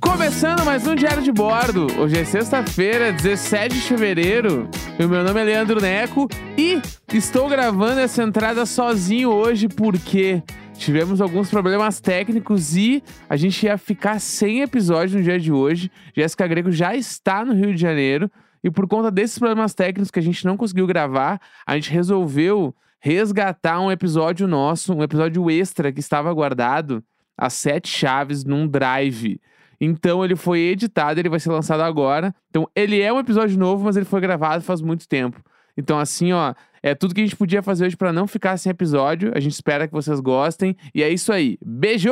Começando mais um Diário de Bordo. Hoje é sexta-feira, 17 de fevereiro. E o meu nome é Leandro Neco e estou gravando essa entrada sozinho hoje porque tivemos alguns problemas técnicos e a gente ia ficar sem episódio no dia de hoje. Jéssica Grego já está no Rio de Janeiro e por conta desses problemas técnicos que a gente não conseguiu gravar, a gente resolveu resgatar um episódio nosso, um episódio extra que estava guardado as sete chaves num drive. Então ele foi editado, ele vai ser lançado agora. Então ele é um episódio novo, mas ele foi gravado faz muito tempo. Então assim, ó, é tudo que a gente podia fazer hoje para não ficar sem episódio. A gente espera que vocês gostem e é isso aí. Beijo!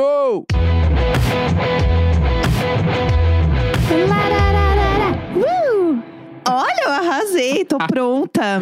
Olha, eu arrasei, Ah. tô pronta.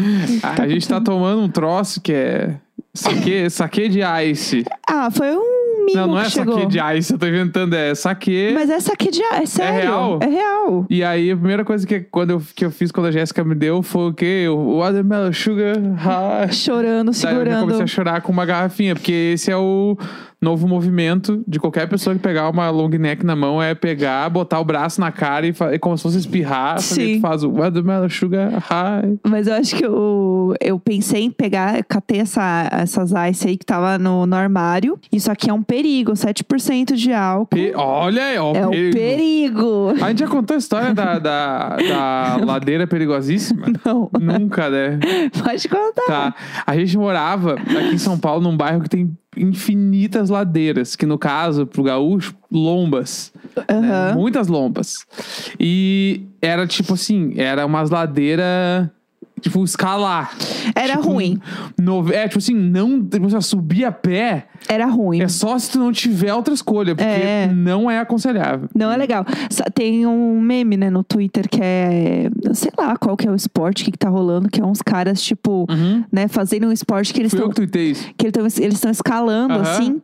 A gente tá tomando um troço que é. Saque, saque de ice. Ah, foi um mimo Não, não que é chegou. saque de ice, eu tô inventando, é saque. Mas é saque de é sério. real? É real. E aí, a primeira coisa que, quando eu, que eu fiz quando a Jéssica me deu foi o quê? O Watermelon Sugar High. Chorando, Daí eu já segurando. comecei a chorar com uma garrafinha, porque esse é o novo movimento de qualquer pessoa que pegar uma long neck na mão, é pegar, botar o braço na cara e, fa- é como se fosse espirrar, fazer Sim. que faz o Watermelon Sugar High. Mas eu acho que eu, eu pensei em pegar, eu catei essa, essas ice aí que tava no, no armário. Isso aqui é um perigo, 7% de álcool. Pe- Olha aí, ó. é um perigo. perigo. A gente já contou a história da, da, da ladeira perigosíssima? Não, Nunca, né? pode contar. Tá. A gente morava aqui em São Paulo num bairro que tem infinitas ladeiras, que no caso, pro gaúcho, lombas. né? Aham. Muitas lombas. E era tipo assim, era umas ladeiras. Tipo, escalar. Era Tipo, ruim. nove- É, tipo assim, não. Tipo, assim, ó, subir a pé Era ruim. é só se tu não tiver outra escolha, porque É. não é aconselhável. Não é legal. Sa- Tem um meme, né, no Twitter que é. Sei lá qual que é o esporte, o que, que tá rolando, que é uns caras, tipo, Uhum. né, fazendo um esporte que eles Fui eu estão. que tuitei isso. Que eles tão- eles estão escalando, Aham. assim.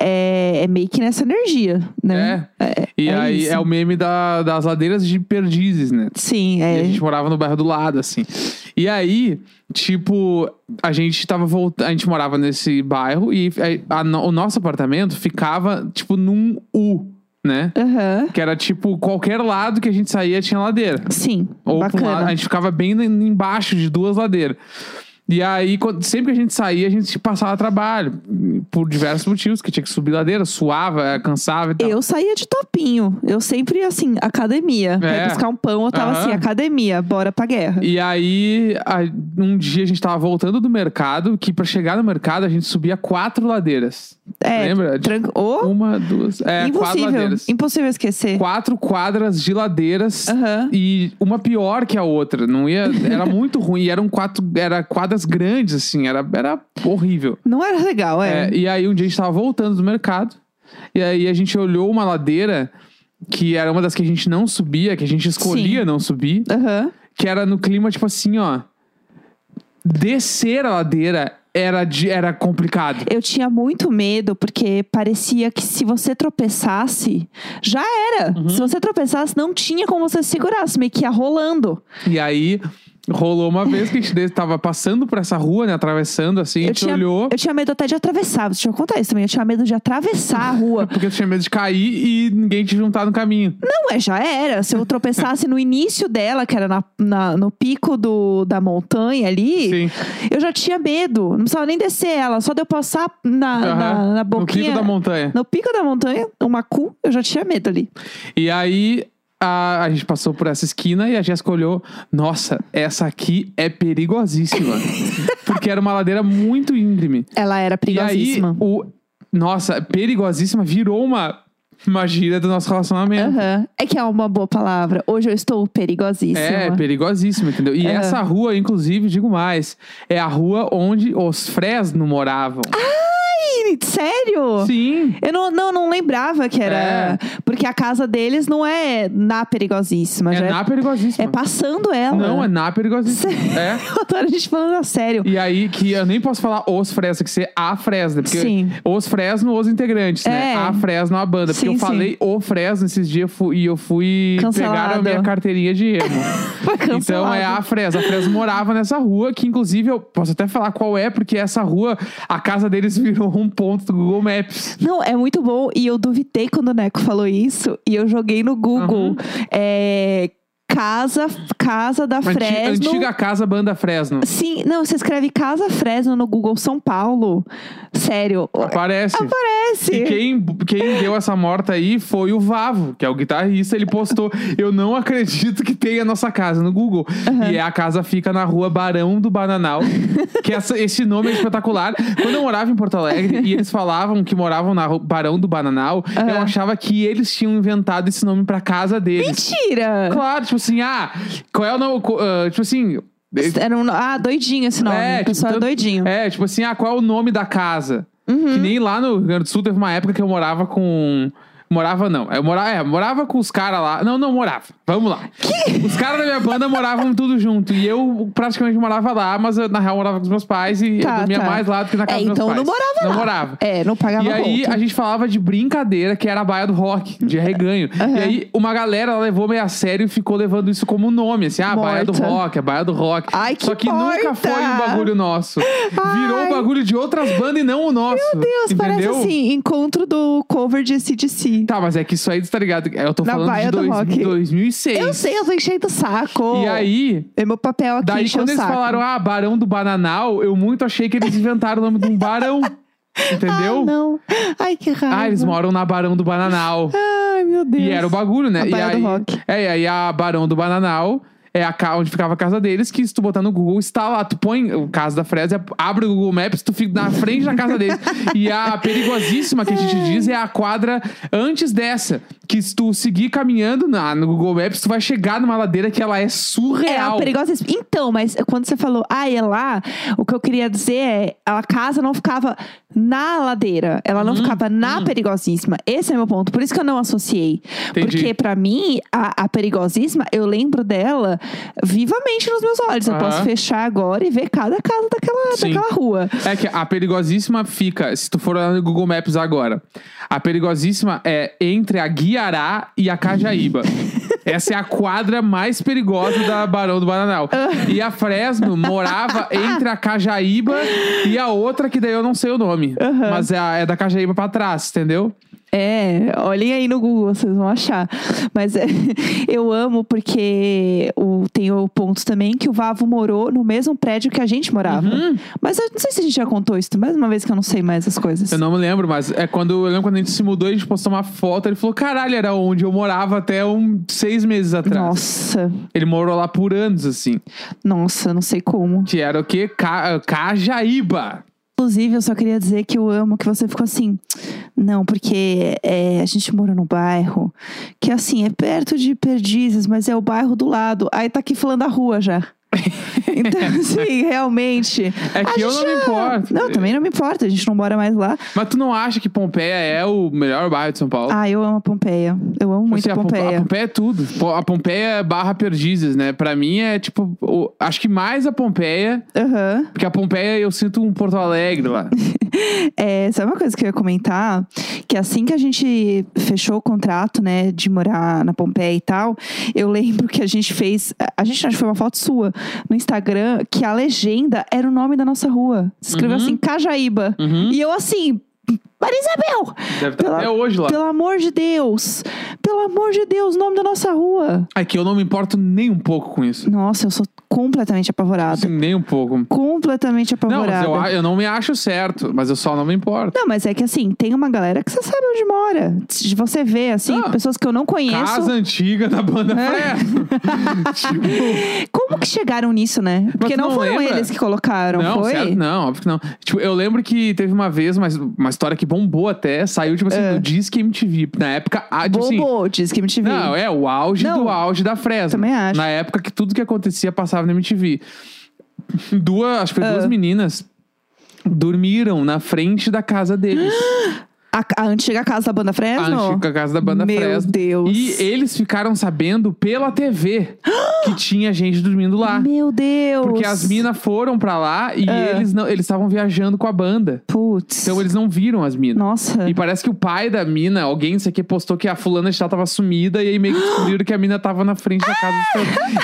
É, é meio que nessa energia, né? É. E é aí isso. é o meme da- das ladeiras de perdizes, né? Sim, E a é. gente morava no bairro do lado, assim. E aí, tipo, a gente tava voltando. A gente morava nesse bairro e é, a- a no- o nosso apartamento ficava, tipo, num U, né? Aham. Que era tipo, qualquer lado que a gente saía tinha ladeira. Sim. Ou pra um lado, a bacana. gente ficava bem na- embaixo de duas ladeiras. E aí, quando- sempre que a gente saía, a gente passava trabalho. Por diversos motivos, que tinha que subir ladeira, suava, cansava e tal. Eu saía de topinho. Eu sempre, assim, academia. Pra ir É. buscar um pão, eu tava Aham. assim, academia, bora pra guerra. E aí, a- um dia a gente tava voltando do mercado, que pra chegar no mercado a gente subia quatro ladeiras. é, Lembra? Tipo, tran- Ô, Uma, duas. É, quatro impossível. ladeiras. Impossível esquecer. Quatro quadras de ladeiras. Aham. E uma pior que a outra. Não ia. Era muito ruim. E eram quatro. Era quadras grandes, assim. Era, era horrível. Não era legal, é. É, e aí um dia a gente tava voltando do mercado. E aí a gente olhou uma ladeira que era uma das que a gente não subia, que a gente escolhia não subir. Aham. que era no clima tipo assim, ó. Descer a ladeira era, de, era complicado. Eu tinha muito medo, porque parecia que se você tropeçasse, já era. Uhum. Se você tropeçasse, não tinha como você se segurasse, meio que ia rolando. E aí rolou uma vez que a gente des- tava passando por essa rua, né? Atravessando assim, a Eu gente tinha, olhou. eu tinha medo até de atravessar. Deixa eu contar isso também. Eu tinha medo de atravessar a rua. Porque eu tinha medo de cair e ninguém te juntar no caminho. Não, é, já era. Se eu tropeçasse no início dela, que era na, na- no pico do, da montanha Sim. ali, eu já tinha medo. Não precisava nem descer ela, só de eu passar na, Aham. na, na no boquinha. pico da montanha. No pico da montanha, uma cu, eu já tinha medo ali. E aí a, a gente passou por essa esquina e a Jéssica olhou. Nossa, essa aqui é perigosíssima. porque era uma ladeira muito íngreme. Ela era E aí, perigosíssima. o. Nossa, perigosíssima virou uma, uma gíria do nosso relacionamento. Aham. É que é uma boa palavra. Hoje eu estou perigosíssima. É, perigosíssima, entendeu? E Aham. essa rua, inclusive, digo mais, é a rua onde os Fresno moravam. Ih, Sério? Sim. Eu não, não, não lembrava que É. era. Porque a casa deles não é na perigosíssima. é já na perigosíssima. é passando ela. Não, é na perigosíssima. É. Agora a gente falando a sério. E aí, que eu nem posso falar os Fresno, tem que ser a Fresno. Porque Sim. os Fresno, os integrantes, né? É. A Fresno, a banda. Porque Sim, eu falei o Fresno esses dias eu fui- e eu fui... Pegaram a Cancelado. minha carteirinha de emo. Foi cancelado. Então é a Fresno. A Fresno morava nessa rua, que inclusive eu posso até falar qual é, porque essa rua, a casa deles virou ganhou um ponto do Google Maps. Não, é muito bom. E eu duvidei quando o Neco falou isso. E eu joguei no Google. Uhum. é, casa, casa da Anti- Fresno. Antiga casa Banda Fresno. Sim, não, você escreve Casa Fresno no Google São Paulo. Sério. é assim. Aparece. Aparece. E quem, quem deu essa morta aí foi o Vavo, que é o guitarrista. Ele postou: Eu não acredito que tenha nossa casa no Google. E é a casa fica na rua Barão do Bananal, que essa- esse nome é espetacular. Quando eu morava em Porto Alegre e eles falavam que moravam na rua Barão do Bananal, eu achava que eles tinham inventado esse nome pra casa deles. Mentira! Claro, tipo assim, ah, qual é o nome? co- ah, tipo assim. Era um- ah, doidinho esse nome. É, o pessoal tipo, tanto- é doidinho. Uhum. É, tipo assim, ah, qual é o nome da casa? Que nem lá no Rio Grande do Sul teve uma época que eu morava com. Morava não. Eu morava, é, morava com os caras lá. Não, não, morava. Vamos lá. Os caras da minha banda moravam tudo junto. E eu praticamente morava lá, mas eu, na real morava com os meus pais e eu Tá, dormia tá. mais lá do que na casa É, dos então meus não pais. morava Não lá. morava. É, não pagava E aí conta. a gente falava de brincadeira que era a baia do rock, de reganho. E aí uma galera levou meio a sério e ficou levando isso como nome, assim, ah, a baia do Morta. rock, a baia do rock. Ai, Só que que nunca porta! foi um bagulho nosso. Virou um Ai. bagulho de outras bandas e não o nosso. Meu Deus, parece entendeu? assim, encontro do cover de CDC. Tá, mas é que isso aí, tá ligado? Eu tô Na falando de baia do dois- rock. 2006. Eu sei, eu tô enchendo o saco. E aí, É meu papel aqui daí encher quando o eles saco. falaram, ah, Barão do Bananal, eu muito achei que eles inventaram o nome de um barão. Ah, Entendeu? não. Ai, que raiva. ah, eles moram na Barão do Bananal. Ai, meu Deus. E era o bagulho, né? A e Baía do aí, Rock. É, e aí a Barão do Bananal é a ca... onde ficava a casa deles, que se tu botar no Google, está lá. Tu põe o caso da Fresa, abre o Google Maps, tu fica na frente da casa deles. E a perigosíssima que a gente diz é a quadra antes dessa. Que se tu seguir caminhando na, no Google Maps, tu vai chegar numa ladeira que ela é É, a surreal. perigosa. Então, mas quando você falou, ah, é lá, o que eu queria dizer é, a casa não ficava na ladeira, ela Uhum. não ficava na perigosíssima. Esse é meu ponto. Por isso que eu não associei. Entendi. Porque, pra mim, a, a perigosíssima, eu lembro dela vivamente nos meus olhos. Eu Aham. posso fechar agora e ver cada casa daquela, Ah. Sim. daquela rua. É que a perigosíssima fica, se tu for olhar no Google Maps agora, a perigosíssima é entre a Guiará e a Cajaíba. Essa é a quadra mais perigosa da Barão do Bananal. E a Fresno morava entre a Cajaíba e a outra, que daí eu não sei o nome. Aham. Mas é, a- é da Cajaíba pra trás, entendeu? É, olhem aí no Google, vocês vão achar. Mas é, eu amo porque o, tem o ponto também que o Vavo morou no mesmo prédio que a gente morava. Uhum. Mas eu não sei se a gente já contou isso, mais uma vez que eu não sei mais as coisas. Eu não me lembro, mas é quando eu lembro quando a gente se mudou, a gente postou uma foto, ele falou: caralho, era onde eu morava até um, seis meses atrás. Nossa, Ele morou lá por anos, assim. nossa, não sei como. Que era o quê? Ca- Cajaíba. Inclusive, eu só queria dizer que eu amo que você ficou assim. Não, porque é, a gente mora num bairro que, assim, é perto de Perdizes, mas é o bairro do lado. Aí tá aqui falando a rua já. Então, assim, realmente. É que A eu gente não me já- importo. Não, também não me importa, a gente não mora mais lá. Mas tu não acha que Pompeia é o melhor bairro de São Paulo? Ah, eu amo a Pompeia. Eu amo muito Assim, a a Pompe- A Pompeia. Pompeia é tudo. Po- A Pompeia é barra Perdizes, né? Pra mim é tipo. o- Acho que mais a Pompeia. Aham. Porque a Pompeia eu sinto um Porto Alegre lá. É, sabe uma coisa que eu ia comentar? Que assim que a gente fechou o contrato, né, de morar na Pompeia e tal, eu lembro que a gente fez. a- A gente acho que foi uma foto sua no Instagram, que a legenda era o nome da nossa rua. Se escreveu Uhum. assim, Cajaíba. Uhum. E eu assim. Marisabel! Deve estar Pela- até hoje lá. Pelo amor de Deus! Pelo amor de Deus, nome da nossa rua! É que eu não me importo nem um pouco com isso. Nossa, eu sou completamente apavorada. Assim, nem um pouco. Completamente Não, mas apavorada. eu, a- eu não me acho certo, mas eu só não me importo. Não, mas é que assim, tem uma galera que você sabe onde mora. Se Você vê, assim, Ah, pessoas que eu não conheço. Casa antiga da banda É. Fresno. tipo, Como que chegaram nisso, né? Porque tu não, não foram lembra? eles que colocaram, Não, foi? certo, não, óbvio que não. Tipo, eu lembro que teve uma vez, mas uma história que bombou até, saiu, tipo assim, É. do Disque MTV. Na época, a, tipo assim. Bobo, diz que me te Não, é o auge Não. do auge da Fresno. Também acho. Na época que tudo que acontecia passava na MTV. Duas, acho que foi Ah. duas meninas dormiram na frente da casa deles. A, a antiga casa da banda Fresno? A antiga casa da banda Meu Fresno. Deus. E eles ficaram sabendo pela TV. que tinha gente dormindo lá. Meu Deus. Porque as minas foram pra lá e Ah. eles não, eles estavam viajando com a banda. Putz. Então eles não viram as minas. Nossa. E parece que o pai da mina, alguém isso aqui postou que a fulana de tal tava sumida e aí meio que descobriram que a mina tava na frente da casa do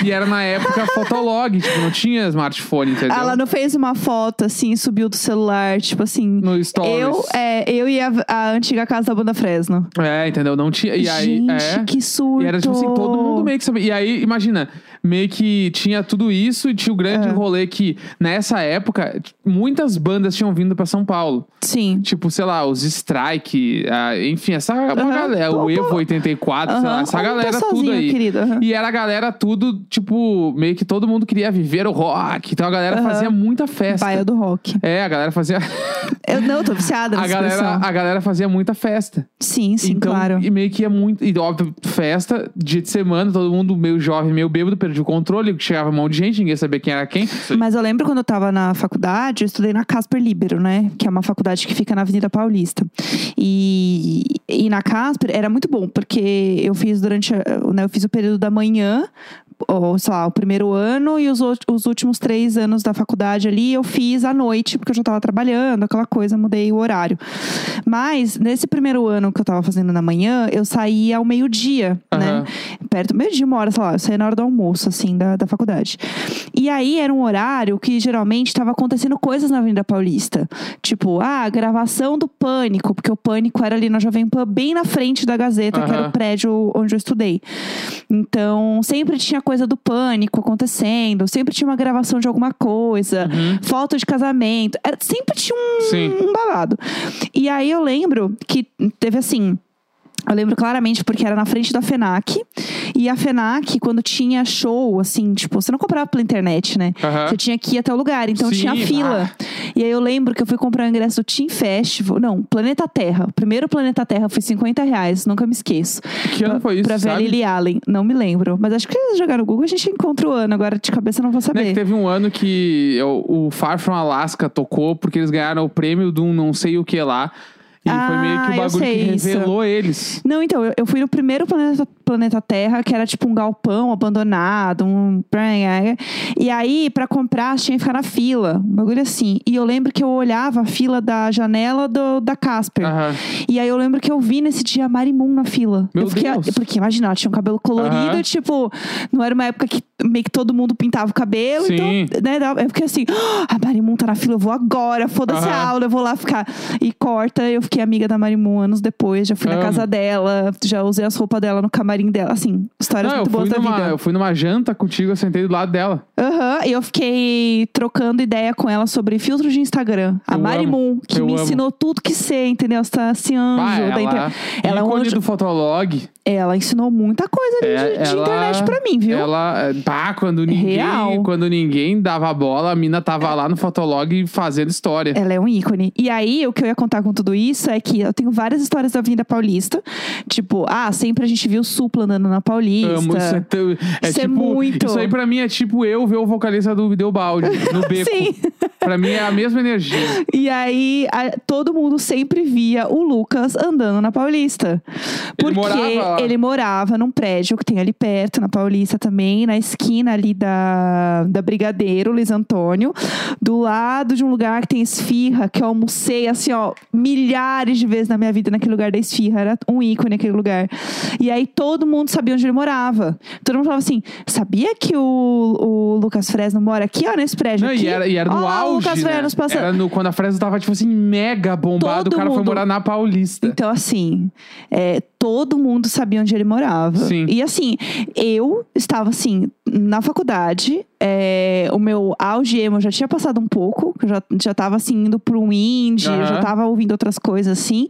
seu- E era na época fotolog, tipo, não tinha smartphone, entendeu? Ela não fez uma foto assim, subiu do celular, tipo assim. No stories. Eu, é, eu e a, a antiga casa da banda Fresno. É, entendeu? Não tinha. E aí, Gente, é. que surto. E era tipo assim, todo mundo meio que sabia. E aí, imagina, meio que tinha tudo isso e tinha o grande É. rolê que, nessa época, t- muitas bandas tinham vindo pra São Paulo. Sim. Tipo, sei lá, os Strike, a- enfim, essa é uma Aham. galera, Pô, o pô. Evo 84, sei lá, Aham. essa Ou galera tá tudo sozinho, aí. querido. Aham. E era a galera tudo, tipo, meio que todo mundo queria viver o rock. Então a galera Aham. fazia muita festa. Baia do rock. É, a galera fazia. Eu não, eu tô viciada A nessa galera, expressão. a galera fazia muita festa. Sim, sim, então, claro. E meio que ia muito. E óbvio, festa, dia de semana, todo mundo meio jovem, meio bêbado, perdia o controle, chegava um monte de gente, ninguém sabia quem era quem. Mas eu lembro quando eu tava na faculdade, eu estudei na Casper Libero, né? Que é uma faculdade que fica na Avenida Paulista. E, e na Casper era muito bom, porque eu fiz durante. a- Né, eu fiz o período da manhã, ou sei lá, o primeiro ano e os, ou- os últimos três anos da faculdade ali eu fiz à noite, porque eu já tava trabalhando, aquela coisa, mudei o horário. Mas nesse primeiro ano que eu tava fazendo na manhã, eu saía ao meio-dia, né? Aham. perto, meio de uma hora, sei lá, eu saía na hora do almoço, assim, da, da faculdade. E aí era um horário que geralmente estava acontecendo coisas na Avenida Paulista. Tipo, ah, gravação do Pânico, porque o Pânico era ali na Jovem Pan, bem na frente da Gazeta, que era o Aham. prédio onde eu estudei. Então, sempre tinha coisa do Pânico acontecendo, sempre tinha uma gravação de alguma coisa, foto de casamento, era- sempre tinha um Sim. um babado. E aí eu lembro que teve assim. Eu lembro claramente porque era na frente da FENAC. E a FENAC, quando tinha show, assim, tipo, você não comprava pela internet, né? Aham. Você tinha que ir até o lugar, então Sim, Ah. tinha fila. E aí eu lembro que eu fui comprar o ingresso do Team Festival. Não, Planeta Terra. O primeiro Planeta Terra foi 50 reais, nunca me esqueço. Que ano foi isso? pra ver a sabe? Lily Allen. Não me lembro. Mas acho que se jogar no Google a gente encontra o ano. Agora de cabeça eu não vou Né, saber. que teve um ano que eu- o Far From Alaska tocou porque eles ganharam o prêmio de um não sei o que lá. E foi Ah, meio que o eu bagulho que sei isso. revelou eles. Não, então, eu, eu fui no primeiro planeta, planeta Terra, que era tipo um galpão abandonado, um. E aí, pra comprar, tinha que ficar na fila, um bagulho assim. E eu lembro que eu olhava a fila da janela do, da Casper. Aham. E aí eu lembro que eu vi nesse dia a Mari Moon na fila. Meu eu fiquei, Deus. Porque imagina, ela tinha um cabelo colorido, Aham. tipo, não era uma época que meio que todo mundo pintava o cabelo. Sim. Então, né, dava- eu fiquei assim, "Ah, a Mari Moon tá na fila, eu vou agora, foda-se a Aham. aula, eu vou lá ficar. E corta, eu fiquei amiga da Mari Moon anos depois, já fui na Amo. casa dela, já usei as roupas dela no camarim dela, assim, histórias Não, eu muito fui, boas da numa, eu vida. fui numa janta contigo, eu sentei do lado dela. Aham, e eu fiquei trocando ideia com ela sobre filtros de Instagram. A Eu Mari amo, Moon, que eu me amo. ensinou tudo que sei, entendeu? Essa, esse anjo Bah, da ela, internet. Ela é um ícone anjo do Fotolog. Ela ensinou muita coisa ali É, de, de ela- internet pra mim, viu? Ela, pá, quando ninguém, Real. quando ninguém dava bola, a mina tava lá no Fotolog fazendo história. Ela é um ícone. E aí, o que eu ia contar com tudo isso é que eu tenho várias histórias da Avenida Paulista. Tipo, ah, sempre a gente viu o Supla andando na Paulista. Amo, isso é, tão- é Isso é tipo, muito. Isso aí pra mim é tipo eu ver o vocalista do Deu Balde no beco. Sim. Pra mim é a mesma energia. E aí, a- todo mundo sempre via o Lucas andando na Paulista. Porque morava lá. ele morava num prédio que tem ali perto, na Paulista também, na esquina ali da, da Brigadeiro, Luiz Antônio, do lado de um lugar que tem esfirra, que eu almocei, assim, ó, milhares de vezes na minha vida naquele lugar da esfirra. Era um ícone aquele lugar. E aí, todo mundo sabia onde ele morava. Todo mundo falava assim: sabia que o, o Lucas Fresno mora aqui, ó, nesse prédio? Não, aqui? e era, e era no Ó lá o auge. É Ah, Lucas né? Fresno passando. Era no, quando a Fresno tava, tipo assim, mega bombada, Todo o cara foi mundo. morar na Paulista. Então, assim, é, todo mundo sabia onde ele morava. Sim. E assim, eu estava assim, na faculdade, é, o meu auge emo já tinha passado um pouco, que eu já, já tava assim, indo pro indie, eu já Aham. tava ouvindo outras coisas assim.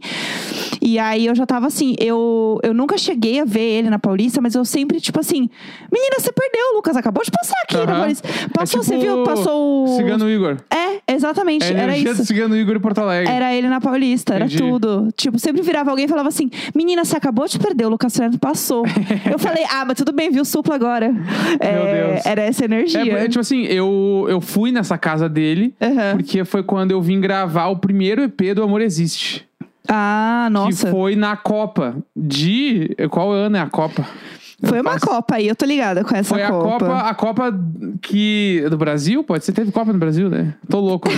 E aí eu já tava assim, eu, eu nunca cheguei a ver ele na Paulista, mas eu sempre, tipo assim, menina, você perdeu, o Lucas acabou de passar aqui na Aham. Paulista. Passou, É você tipo viu? Passou o. Cigano Igor. É, exatamente, É a Então, era energia isso. do Cigano Igor em Porto Alegre. Era ele na Paulista, Entendi. era tudo. Tipo, sempre virava alguém e falava assim: Menina, você acabou de perder, o Lucas Fernando passou. eu falei: Ah, mas tudo bem, viu o supla agora. É, Deus. Era essa energia. É, é, tipo assim, eu, eu fui nessa casa dele, Aham. porque foi quando eu vim gravar o primeiro EP do Amor Existe. Ah, nossa. Que foi na Copa de. Qual ano é a Copa? Foi uma Copa aí, eu tô ligada com essa Foi a Copa. a Copa que. do Brasil? Pode ser, teve Copa no Brasil, né? Tô louco. né?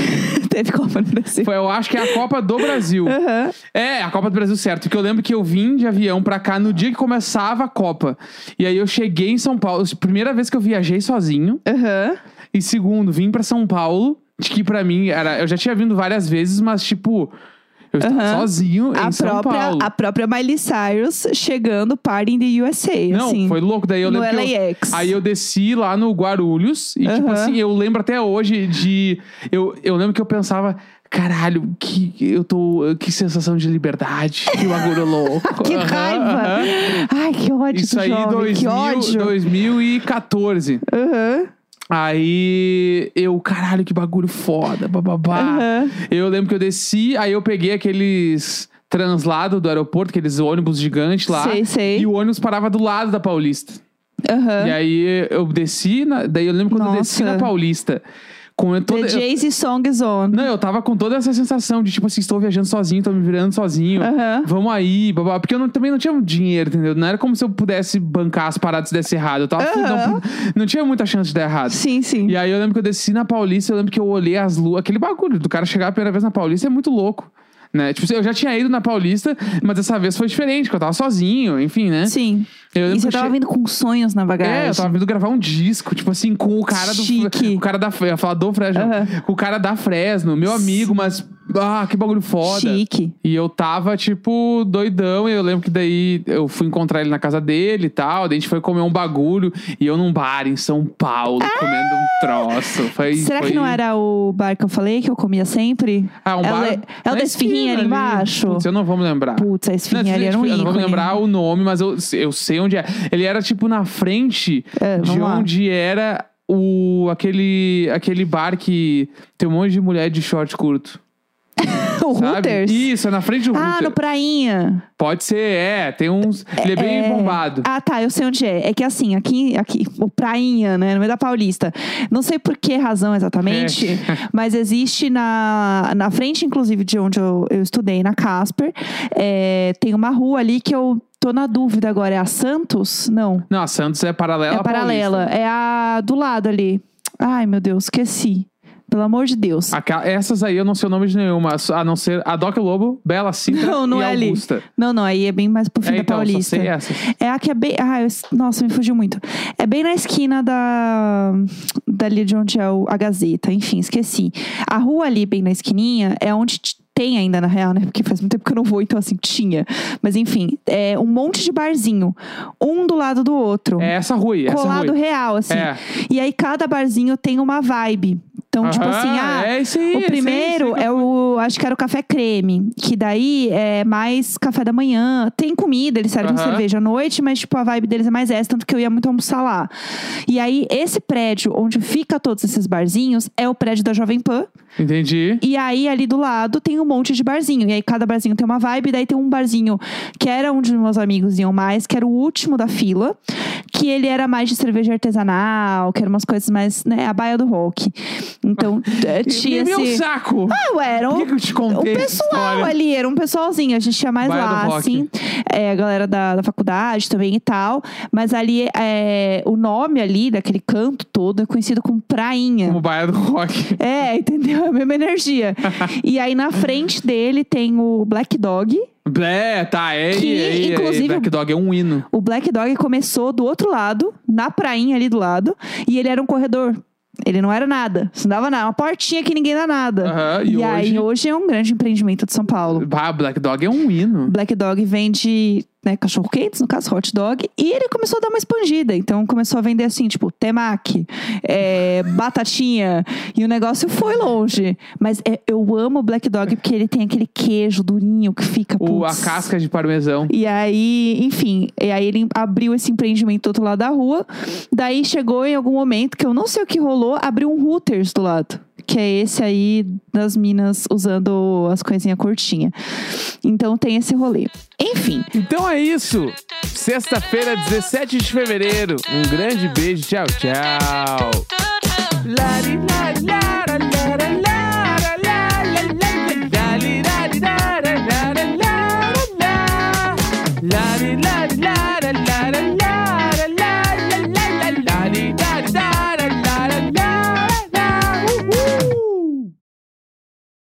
Teve Copa no Brasil. Foi, eu acho que é a Copa do Brasil. Aham. É, a Copa do Brasil, certo. Porque eu lembro que eu vim de avião pra cá no dia que começava a Copa. E aí eu cheguei em São Paulo. Primeira vez que eu viajei sozinho. Aham. E segundo, vim pra São Paulo. De que pra mim era. Eu já tinha vindo várias vezes, mas tipo. Eu estava Aham. sozinho A em São própria, Paulo. a própria Miley Cyrus chegando party in the USA, Não, assim. foi louco. Daí eu no lembro. que eu- LAX. Aí eu desci lá no Guarulhos e, tipo Aham. assim, eu lembro até hoje de. Eu, eu lembro que eu pensava. Caralho, que eu tô. Que sensação de liberdade. Que bagulho louco. Que Aham, raiva! aham. Ai, que ódio Isso do aí, jovem, que 2000, ódio. 2014. Aham, Aí eu, caralho, que bagulho foda, bababá. Aham. Eu lembro que eu desci, aí eu peguei aqueles translado do aeroporto, aqueles ônibus gigantes lá. Sei, sei. E o ônibus parava do lado da Paulista. aham. E aí eu desci, na- daí eu lembro quando eu desci Nossa. na Paulista. Com eu toda, The eu, Jay-Z Song is on. não, eu tava com toda essa sensação de tipo assim, estou viajando sozinho, tô me virando sozinho. Aham. Vamos aí, babá. Porque eu não- também não tinha dinheiro, entendeu? Não era como se eu pudesse bancar as paradas se desse errado. Eu tava Aham. não, não tinha muita chance de dar errado. Sim, sim. E aí eu lembro que eu desci na Paulista, eu lembro que eu olhei as luas, aquele bagulho do cara chegar a primeira vez na Paulista é muito louco. Né? Tipo, eu já tinha ido na Paulista, mas dessa vez foi diferente, porque eu tava sozinho, enfim, né? Sim. Eu lembro E que você eu tava che- vindo com sonhos na bagagem. é, eu tava vindo gravar um disco, tipo assim, com o cara do. Chique. O cara da. Eu ia falar do Fresno. Aham. Com o cara da Fresno, meu amigo, mas. Ah, que bagulho foda. Chique. E eu tava, tipo, doidão. E eu lembro que daí eu fui encontrar ele na casa dele e tal. Daí a gente foi comer um bagulho. E eu num bar em São Paulo, comendo um troço. Foi, Ah! Será foi- que não era o bar que eu falei que eu comia sempre? Ah, um é o bar. le- é o na da esfirrinha ali embaixo? Putz, eu não vou me lembrar. Putz, a esfinha ali era um eu não vou me ícone. lembrar o nome, mas eu, eu sei onde é. Ele era, tipo, na frente É, de vamos lá. onde era o aquele, aquele bar que tem um monte de mulher de short curto. o sabe? Hooters? Isso, é na frente do Ah, Hooters. no Prainha. Pode ser, é. Tem uns. Ele é bem É. bombado. Ah, tá, eu sei onde é. É que assim, aqui, aqui, o Prainha, né, no meio da Paulista. Não sei por que razão exatamente, É. mas existe na, na frente, inclusive, de onde eu, eu estudei, na Casper, é, tem uma rua ali que eu tô na dúvida agora. É a Santos? Não, Não, a Santos é paralela. é a à Paulista. Paralela. É a do lado ali. Ai, meu Deus, esqueci. Pelo amor de Deus. Aquela- essas aí eu não sei o nome de nenhuma, a não ser a Doc Lobo, Bela Cintra Não, não e é ali. Augusta. Não, não, aí é bem mais pro fim É, da então, Paulista. só sei essas. É a que é bem. Ah, eu- nossa, me fugiu muito. É bem na esquina da. Dali de onde é o- a Gazeta. Enfim, esqueci. A rua ali, bem na esquininha, é onde. t- Tem ainda, na real, né? Porque faz muito tempo que eu não vou, então assim, tinha. Mas enfim, é um monte de barzinho. Um do lado do outro. É essa Rui, essa colado Rui. real, assim. É. E aí cada barzinho tem uma vibe. Então, tipo Aham, assim, ah, é isso aí, é isso aí, o primeiro isso aí. é o. Acho que era o café creme. Que daí é mais café da manhã. Tem comida, eles servem Aham. cerveja à noite, mas, tipo, a vibe deles é mais essa, tanto que eu ia muito almoçar lá. E aí, esse prédio onde fica todos esses barzinhos é o prédio da Jovem Pan. Entendi. E aí, ali do lado, tem um monte de barzinho. E aí, cada barzinho tem uma vibe. Daí tem um barzinho que era onde meus amigos iam mais, que era o último da fila. Que ele era mais de cerveja artesanal, que eram umas coisas mais, né? A baia do rock. Então, eh, tinha E meu esse... saco! Ah, ué, era Por um, que, que eu te um contei? essa pessoal história? ali, era um pessoalzinho. A gente tinha mais Baia do lá, rock. assim. É, a galera da, da faculdade também e tal. Mas ali, é, o nome ali, daquele canto todo, é conhecido como Prainha. Como Baia do Rock. É, entendeu? É a mesma energia. e aí na frente dele tem o Black Dog. Blé, tá, é, Que, é, é, inclusive, é, Black Dog é um hino. O Black Dog começou do outro lado, na prainha ali do lado, e ele era um corredor. Ele não era nada, isso não dava nada, uma portinha que ninguém dá nada. Aham, e e aí hoje- hoje é um grande empreendimento de São Paulo. Ah, Black Dog é um hino. Black Dog vende né, cachorro quentes, no caso hot dog, e ele começou a dar uma expandida. Então começou a vender assim, tipo, temaki, é, batatinha, e o negócio foi longe. Mas é, eu amo o Black Dog porque ele tem aquele queijo durinho que fica. O, a putz. casca de parmesão. E aí, enfim, e aí ele abriu esse empreendimento do outro lado da rua. Daí chegou em algum momento que eu não sei o que rolou, abriu um Hooters do lado. Que é esse aí das minas usando as coisinhas curtinhas. Então tem esse rolê. Enfim, Então é isso. Sexta-feira, 17 de fevereiro. Um grande beijo. Tchau, tchau. Lari, lari,